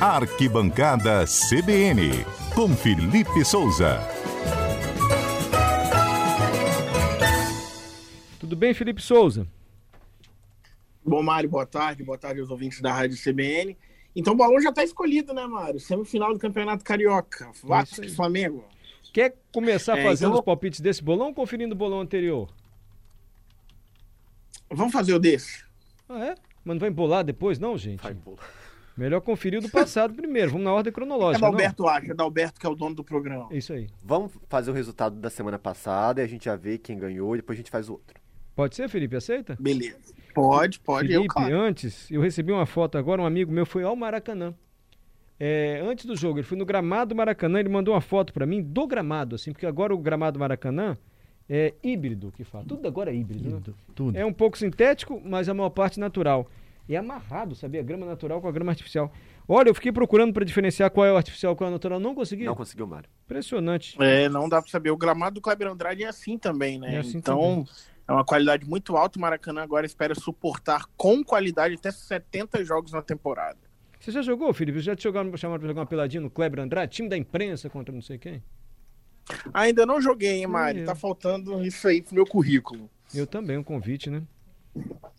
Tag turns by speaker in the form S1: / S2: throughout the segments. S1: Arquibancada CBN, com Felipe Souza.
S2: Tudo bem, Felipe Souza?
S3: Bom, Mário, boa tarde. Boa tarde aos ouvintes da Rádio CBN. Então o balão já está escolhido, né, Mário? Semifinal do Campeonato Carioca.
S2: É
S3: Vasco e Flamengo.
S2: Quer começar
S3: É,
S2: fazendo
S3: então-
S2: os palpites desse bolão ou conferindo o bolão anterior?
S3: Vamos fazer o desse?
S2: Ah, é? Mas não vai embolar depois, não, gente?
S4: Vai bola.
S2: Melhor conferir o do passado primeiro. Vamos na ordem
S3: É
S2: cronológica.
S3: da
S2: não?
S3: Alberto Acha, da Alberto, que é o dono do programa.
S2: É Isso aí.
S4: Vamos fazer o resultado da semana passada e a gente já vê quem ganhou e depois a gente faz o outro.
S2: Pode ser, Felipe? Aceita?
S3: Beleza. Pode, pode, eu,
S2: Felipe,
S3: claro.
S2: antes, eu recebi uma foto agora, um amigo meu foi ao Maracanã. É, antes do jogo, ele foi no gramado do Maracanã, ele mandou uma foto pra mim do gramado, assim, porque agora o gramado do Maracanã é híbrido, que fala. Tudo agora é híbrido, né?
S5: Tudo.
S2: É um pouco sintético, mas a maior parte natural. E é amarrado, sabia? Grama natural com a grama artificial. Olha, eu fiquei procurando pra diferenciar qual é o artificial e qual é o natural, não consegui.
S4: Não conseguiu, Mário.
S2: Impressionante.
S3: É, não dá para saber. O gramado do Kleber Andrade é assim também, né?
S2: É assim
S3: então, é uma qualidade muito alta. O Maracanã agora espera suportar com qualidade até 70 jogos na temporada.
S2: Você já jogou, Felipe? Já te jogaram, chamaram pra jogar uma peladinha no Kleber Andrade? Time da imprensa contra não sei quem?
S3: Ainda não joguei, hein, Mário?
S2: É eu.
S3: Tá faltando isso aí pro meu currículo.
S2: Eu também, um convite, né?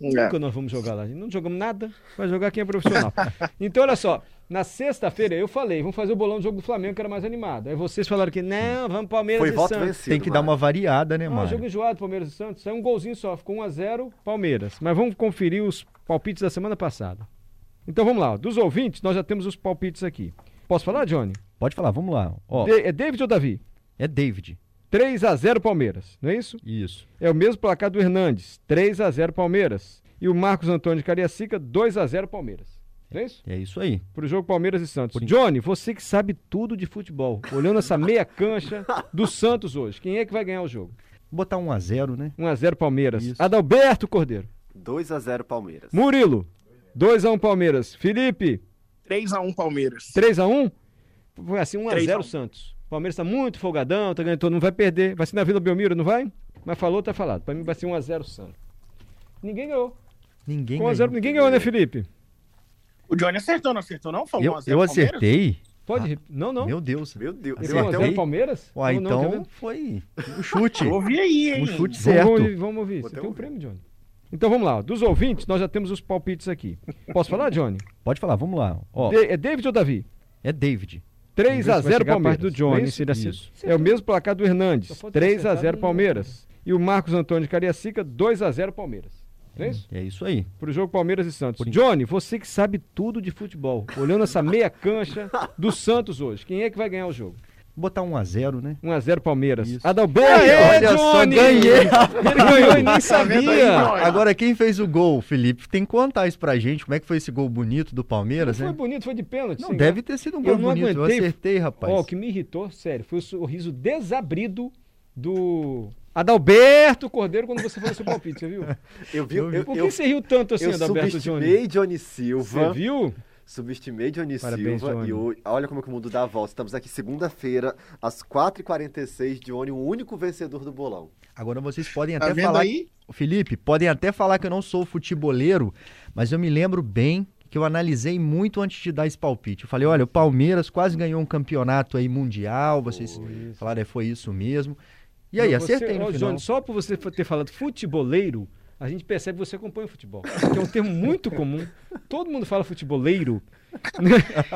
S3: É.
S2: Nunca nós vamos jogar lá. Não jogamos nada, vai jogar quem é profissional. Então, olha só. Na sexta-feira eu falei, vamos fazer o bolão do jogo do Flamengo, que era mais animado. Aí vocês falaram que não, vamos Palmeiras
S4: Foi
S2: e
S4: voto
S2: Santos.
S4: vencido.
S5: Tem que dar uma
S4: Mário.
S5: variada, né,
S2: Ah, jogo
S5: mano?
S2: enjoado, Palmeiras e Santos. Saiu um golzinho só, ficou 1x0, Palmeiras. Mas vamos conferir os palpites da semana passada. Então vamos lá, ó. dos ouvintes, nós já temos os palpites aqui. Posso falar, Johnny?
S5: Pode falar, vamos lá. Ó,
S2: Da- é David ou Davi?
S5: é David.
S2: 3x0 Palmeiras, não é isso?
S5: Isso.
S2: É o mesmo placar do Hernandes, 3x0 Palmeiras. E o Marcos Antônio de Cariacica, 2x0 Palmeiras. Não é isso?
S5: É isso aí.
S2: Pro jogo Palmeiras e Santos. Johnny, você que sabe tudo de futebol, olhando essa meia cancha do Santos hoje, quem é que vai ganhar o jogo?
S5: Vou botar 1 a 0 né?
S2: 1x0 Palmeiras.
S5: Isso.
S2: Adalberto Cordeiro.
S4: 2 a 0 Palmeiras.
S2: Murilo, 2x1 Palmeiras. Felipe,
S3: 3x1 Palmeiras.
S2: 3x1. Foi assim,
S3: 3 a
S2: 1x0
S3: 1.
S2: Santos. Palmeiras tá muito folgadão, tá ganhando todo, não vai perder. Vai ser na Vila Belmiro, não vai? Mas falou, tá falado. Pra mim vai ser 1x0 Santos. Ninguém ganhou.
S5: Ninguém.
S2: Com 1 a 0
S5: ganhou.
S2: ninguém ganhou, né, Felipe?
S3: O Johnny acertou, não acertou, não? Falou
S2: um
S5: Eu,
S3: 1 a 0
S5: eu
S3: Palmeiras?
S5: acertei?
S2: Pode.
S5: Ah.
S2: rep- é Não, não.
S5: Meu Deus.
S4: Meu Deus.
S2: Esse
S4: Deu
S2: 1x0
S4: até um-
S5: acertei.
S2: Palmeiras?
S5: Uai,
S2: Não, não,
S5: então
S2: quer ver?
S5: foi um chute.
S3: Eu ouvi aí, hein?
S5: um chute
S2: Vamos
S5: certo.
S2: ouvir, vamos ouvir.
S4: Vou
S2: Você
S4: até
S2: tem um
S4: ouvir.
S2: prêmio, Johnny. Então vamos lá. Dos ouvintes, nós já temos os palpites aqui. Posso falar, Johnny?
S5: Pode falar, vamos lá. Ó,
S2: De- é David ou Davi?
S5: é David. Vamos ver se vai
S2: 3x0
S5: chegar a
S2: Palmeiras.
S5: parte do Johnny,
S2: Não isso?
S5: se ele acertar.
S2: Isso. É o mesmo placar do Hernandes. 3x0 Palmeiras. E o Marcos Antônio de Cariacica, 2x0 Palmeiras. Não é isso?
S5: É isso aí.
S2: Pro jogo Palmeiras e Santos.
S5: Por
S2: Johnny, você que sabe tudo de futebol, olhando essa meia cancha do Santos hoje, quem é que vai ganhar o jogo?
S5: Vou botar 1 a 0 né?
S2: 1x0 Palmeiras.
S5: Isso.
S2: Adalberto!
S5: Olha só,
S2: Johnny!
S5: ganhei.
S2: Ele ganhou e nem
S3: Tá vendo aí,
S2: sabia!
S3: Johnny?
S5: Agora, quem fez o gol, Felipe, tem que contar isso pra gente. Como é que foi esse gol bonito do Palmeiras,
S2: Foi
S5: né?
S2: bonito, foi de pênalti.
S5: Não,
S2: sem
S5: deve ter sido um
S2: Eu
S5: gol
S2: não
S5: bonito. Eu
S2: aguentei.
S5: acertei, rapaz.
S2: Ó, o que me irritou, sério, foi o sorriso desabrido do Adalberto Cordeiro quando você falou seu palpite, você viu?
S4: Eu vi, eu, eu,
S2: Por que você riu tanto assim,
S4: eu
S2: Adalberto Johnny?
S4: subestimei Johnny Silva.
S2: Você viu?
S4: Subestimei Johnny
S2: Parabéns,
S4: Silva.
S2: Johnny.
S4: E hoje, olha como que o mundo dá a volta. Estamos aqui segunda-feira, às 4h46, Johnny, o único vencedor do bolão.
S5: Agora vocês podem
S3: Tá
S5: até
S3: vendo
S5: falar.
S3: aí?
S5: Felipe, podem até falar que eu não sou futeboleiro, mas eu me lembro bem que eu analisei muito antes de dar esse palpite. Eu falei, olha, o Palmeiras quase ganhou um campeonato aí mundial, vocês falaram, é, foi isso mesmo. E aí,
S2: Não, você-
S5: acertei
S2: ó,
S5: no final.
S2: Johnny, só por você ter falado futeboleiro, a gente percebe que você acompanha o futebol. Que é um termo muito comum. Todo mundo fala futeboleiro.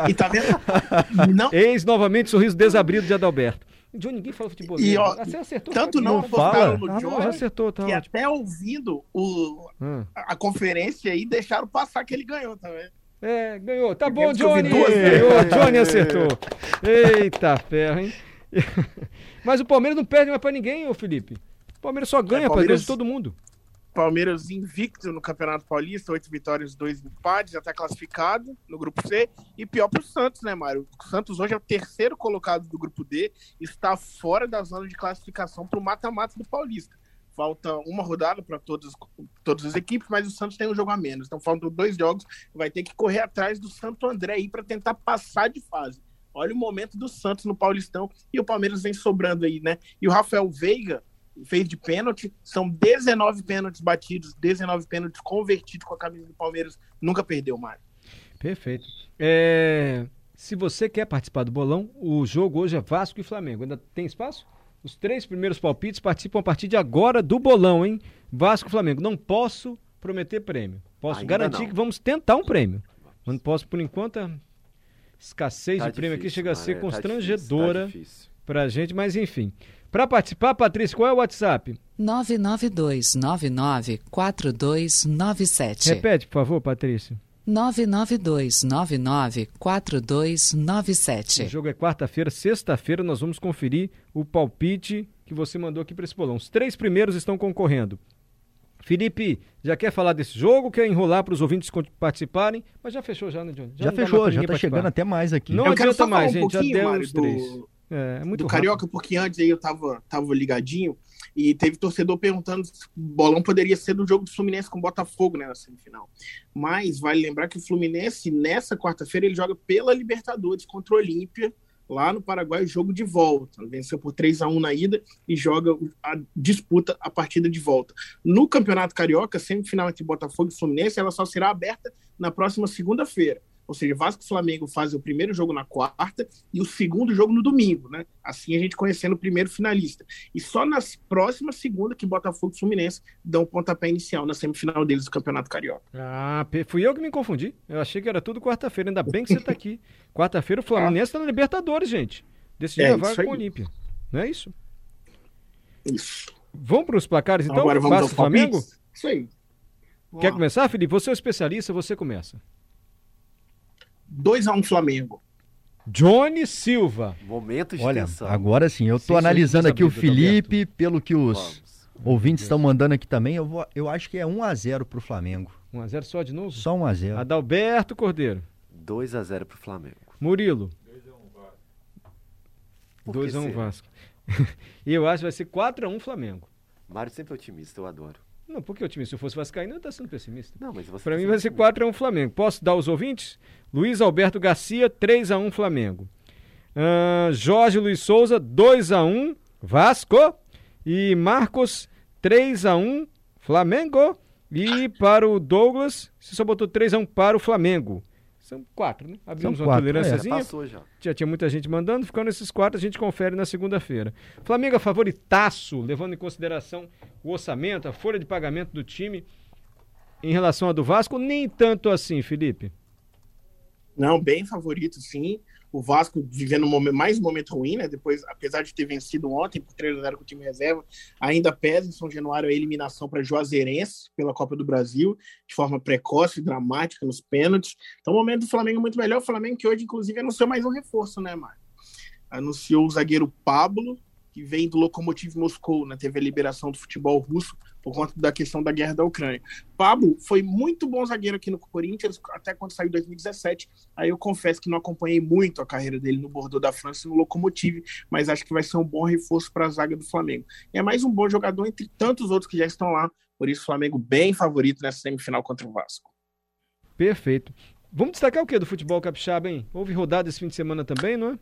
S3: E tá vendo? Não,
S2: Eis novamente sorriso desabrido de Adalberto. Johnny, ninguém fala futeboleiro.
S3: E, ó,
S2: você acertou.
S3: tanto
S2: sabe?
S3: não,
S5: Não
S3: votaram
S5: fala?
S3: no
S2: Ah, não, já
S3: Johnny,
S2: acertou, tá
S3: que é
S2: ótimo.
S3: até ouvindo o,
S2: Ah.
S3: a conferência aí deixaram passar que ele ganhou também.
S2: É, ganhou. Tá bom,
S3: Tivemos que ouvir
S2: Johnny.
S3: duas vezes.
S2: Ganhou, Johnny acertou. Eita ferro, hein? Mas o Palmeiras não perde mais pra ninguém, ô Felipe. O Palmeiras só ganha pra
S3: É, Palmeiras-
S2: Deus de todo mundo.
S3: Palmeiras invicto no Campeonato Paulista, oito vitórias, dois empates, já está classificado no grupo C. E pior para o Santos, né, Mário? O Santos hoje é o terceiro colocado do grupo D, está fora da zona de classificação para o mata-mata do Paulista. Falta uma rodada para todas, todas as equipes, mas o Santos tem um jogo a menos. Então faltam dois jogos, vai ter que correr atrás do Santo André aí para tentar passar de fase. Olha o momento do Santos no Paulistão e o Palmeiras vem sobrando aí, né? E o Rafael Veiga fez de pênalti. São 19 pênaltis batidos, 19 pênaltis convertidos com a camisa do Palmeiras. Nunca perdeu, Mário.
S2: Perfeito. É, Se você quer participar do bolão, o jogo hoje é Vasco e Flamengo. Ainda tem espaço? Os três primeiros palpites participam a partir de agora do bolão, hein? Vasco e Flamengo. Não posso prometer prêmio. Posso
S4: Ainda
S2: garantir
S4: não.
S2: que vamos tentar um prêmio. Mas não posso, por enquanto, a escassez
S4: Tá
S2: de prêmio aqui
S4: difícil,
S2: chega a ser
S4: Mané, tá
S2: constrangedora
S4: difícil, tá
S2: pra gente, mas enfim. Pra participar, Patrícia, qual é o WhatsApp?
S6: 992994297.
S2: Repete, por favor, Patrícia.
S6: 992994297.
S2: O jogo é quarta-feira, sexta-feira nós vamos conferir o palpite que você mandou aqui para esse bolão. Os três primeiros estão concorrendo. Felipe, já quer falar desse jogo? Quer enrolar para os ouvintes con- participarem? Mas já fechou já, né, Johnny? não dá
S5: Já,
S2: mais
S5: fechou,
S2: pra
S5: já
S2: ninguém
S5: tá chegando
S2: participar.
S5: até mais aqui.
S2: Não
S3: Eu quero
S2: adianta
S3: só falar
S2: mais,
S3: um
S2: gente. Já
S3: pouquinho,
S2: deu
S3: Mário,
S2: os três.
S3: do-
S2: É, é muito
S3: do
S2: rápido.
S3: Carioca, porque antes aí eu tava, tava ligadinho e teve torcedor perguntando se o bolão poderia ser do jogo do Fluminense com o Botafogo né, na semifinal. Mas vale lembrar que o Fluminense, nessa quarta-feira, ele joga pela Libertadores contra o Olímpia, lá no Paraguai, o jogo de volta. Venceu por 3 a 1 na ida e joga a disputa a partida de volta. No Campeonato Carioca, a semifinal entre Botafogo e Fluminense, ela só será aberta na próxima segunda-feira. Ou seja, Vasco e Flamengo fazem o primeiro jogo na quarta e o segundo jogo no domingo, né? Assim a gente conhecendo o primeiro finalista. E só na próxima segunda que Botafogo e Fluminense dão o pontapé inicial na semifinal deles do Campeonato Carioca.
S2: Ah, pe- fui eu que me confundi. Eu achei que era tudo quarta-feira. Ainda bem que você tá aqui. Quarta-feira o Fluminense tá na Libertadores, gente. Decidiu
S3: É,
S2: a vaga
S3: isso aí.
S2: com o Olímpia. Não é isso?
S3: Isso.
S2: Vamos para os placares, então?
S3: Agora vamos
S2: Vasco
S3: ao
S2: e Flamengo?
S3: Flamengo? Isso aí. Vamos
S2: Quer
S3: lá.
S2: começar, Felipe? Você é o especialista, você começa.
S3: 2 a 1 um Flamengo.
S2: Johnny Silva.
S4: difícil. Momento de
S5: Olha,
S4: tensão.
S5: agora sim, eu
S2: Sem
S5: tô analisando aqui o
S2: responsabilidade,
S5: Felipe, pelo que os
S4: Vamos.
S5: ouvintes estão mandando aqui também, eu, vou, eu acho que é 1x0 pro Flamengo.
S2: 1x0 só de novo?
S5: Só
S2: Ah,
S5: 1x0.
S2: Adalberto Cordeiro.
S4: 2 a 0 pro Flamengo.
S2: Murilo.
S4: Por que
S2: 2x1
S4: será?
S2: Vasco. E eu acho que vai ser 4x1 Flamengo.
S4: Mário sempre é otimista, eu adoro.
S2: Não, porque o time, se eu fosse vascaíno, eu tá sendo pessimista.
S4: Não, mas você tá
S2: Para mim
S4: sempre
S2: vai ser
S4: otimista.
S2: 4x1 Flamengo. Posso dar os ouvintes? Luiz Alberto Garcia, 3x1 Flamengo. Ahn, Jorge Luiz Souza, 2x1 Vasco. E Marcos, 3x1 Flamengo. E para o Douglas, você só botou 3x1 para o Flamengo. São quatro, né? Abrimos uma
S5: quatro,
S4: Já
S2: tolerânciazinha.
S4: É, passou já.
S2: Já tinha muita gente mandando, ficando esses quatro, a gente confere na segunda-feira. Flamengo é favoritaço, levando em consideração o orçamento, a folha de pagamento do time em relação à do Vasco, nem tanto assim, Felipe.
S3: Não, bem favorito, sim. O Vasco vivendo um momen- mais um momento ruim, né? Depois, apesar de ter vencido ontem por 3 a 0 com o time reserva, ainda pesa em São Januário a eliminação para Juazeirense pela Copa do Brasil, de forma precoce, dramática, nos pênaltis. Então, o momento do Flamengo é muito melhor. O Flamengo que hoje, inclusive, anunciou mais um reforço, né, Mário? Anunciou o zagueiro Pablo, que vem do Lokomotiv Moscou, né? Teve a liberação do futebol russo por conta da questão da guerra da Ucrânia. Pablo foi muito bom zagueiro aqui no Corinthians, até quando saiu em 2017. Aí eu confesso que não acompanhei muito a carreira dele no Bordeaux da França e no Locomotive, mas acho que vai ser um bom reforço para a zaga do Flamengo. E é mais um bom jogador entre tantos outros que já estão lá, por isso o Flamengo bem favorito nessa semifinal contra o Vasco.
S2: Perfeito. Vamos destacar o que do futebol capixaba, hein? Houve rodada esse fim de semana também, não é?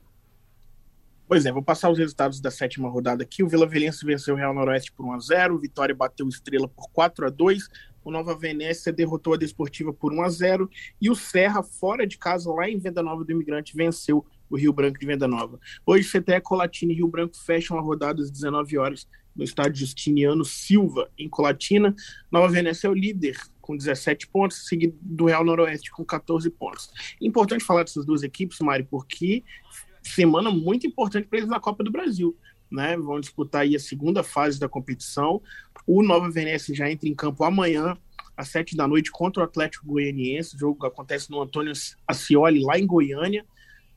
S3: Pois é, vou passar os resultados da sétima rodada aqui. O Vila Velhense venceu o Real Noroeste por 1x0, o Vitória bateu o Estrela por 4x2, o Nova Venécia derrotou a Desportiva por 1x0 e o Serra, fora de casa, lá em Venda Nova do Imigrante, venceu o Rio Branco de Venda Nova. Hoje, CTE Colatina e Rio Branco fecham a rodada às 19 horas no estádio Justiniano Silva, em Colatina. Nova Venécia é o líder com 17 pontos, seguido do Real Noroeste com 14 pontos. Importante falar dessas duas equipes, Mário, porque semana muito importante para eles na Copa do Brasil. Né? Vão disputar aí a segunda fase da competição. O Nova Venécia já entra em campo amanhã, às sete da noite, contra o Atlético Goianiense. O jogo acontece no Antônio Ascioli, lá em Goiânia.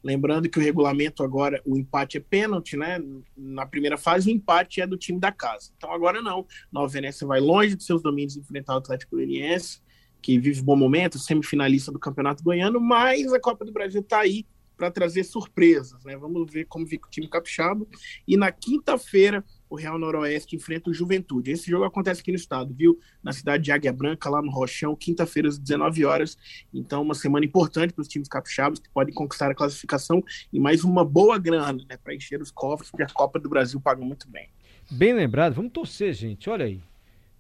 S3: Lembrando que o regulamento agora, o empate é pênalti, né? Na primeira fase, o empate é do time da casa. Então agora não. Nova Venécia vai longe de seus domínios enfrentar o Atlético Goianiense, que vive bom momento, semifinalista do Campeonato Goiano, mas a Copa do Brasil está aí para trazer surpresas, né? Vamos ver como fica o time capixaba. E na quinta-feira, o Real Noroeste enfrenta o Juventude. Esse jogo acontece aqui no estado, viu? Na cidade de Águia Branca, lá no Rochão, quinta-feira às 19 horas. Então, uma semana importante para os times capixabas que podem conquistar a classificação e mais uma boa grana, né? Para encher os cofres, porque a Copa do Brasil paga muito bem.
S2: Bem lembrado, vamos torcer, gente. Olha aí.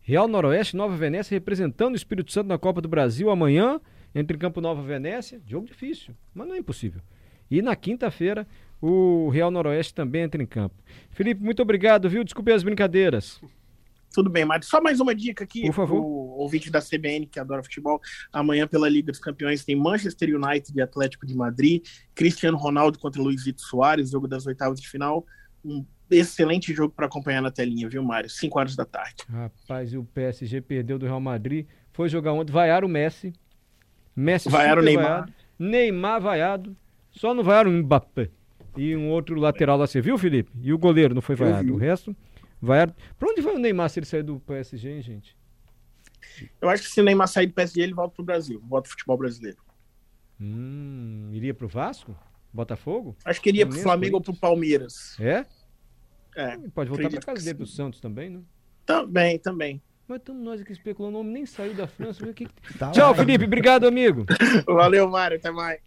S2: Real Noroeste, Nova Venécia representando o Espírito Santo na Copa do Brasil amanhã, entre em campo Nova Venécia. Jogo difícil, mas não é impossível. E na quinta-feira, o Real Noroeste também entra em campo. Felipe, muito obrigado, viu? Desculpe as brincadeiras.
S3: Tudo bem, Mário. Só mais uma dica aqui
S2: Por favor.
S3: pro ouvinte da CBN que adora futebol. Amanhã pela Liga dos Campeões tem Manchester United e Atlético de Madrid, Cristiano Ronaldo contra Luizito Soares, jogo das oitavas de final. Um excelente jogo para acompanhar na telinha, viu, Mário? 5 horas da tarde.
S2: Rapaz, e o PSG perdeu do Real Madrid. Foi jogar ontem, vaiaram o Messi. Messi
S3: Vaiaram o
S2: super
S3: Neymar.
S2: vaiado. Neymar vaiado. Só não vaiaram o Mbappé. E um outro lateral lá, você viu, Felipe? E o goleiro não foi vaiado. O resto, vaiaram. Pra onde vai o Neymar se ele sair do PSG, hein, gente?
S3: Eu acho que se o Neymar sair do PSG, ele volta pro Brasil, volta pro futebol brasileiro.
S2: Hum, iria pro Vasco? Botafogo?
S3: Acho que iria pro
S2: Mesmo,
S3: Flamengo ou pro Palmeiras.
S2: É?
S3: É,
S2: Pode voltar pra
S3: Acredito
S2: casa
S3: que
S2: dele,
S3: sim.
S2: pro Santos também, né?
S3: também, também.
S2: Mas estamos nós aqui especulando, o homem nem saiu da França. mas o que que-
S5: Tá
S2: Tchau,
S5: lá, hein?
S2: Felipe. Obrigado, amigo.
S3: Valeu, Mário, até mais.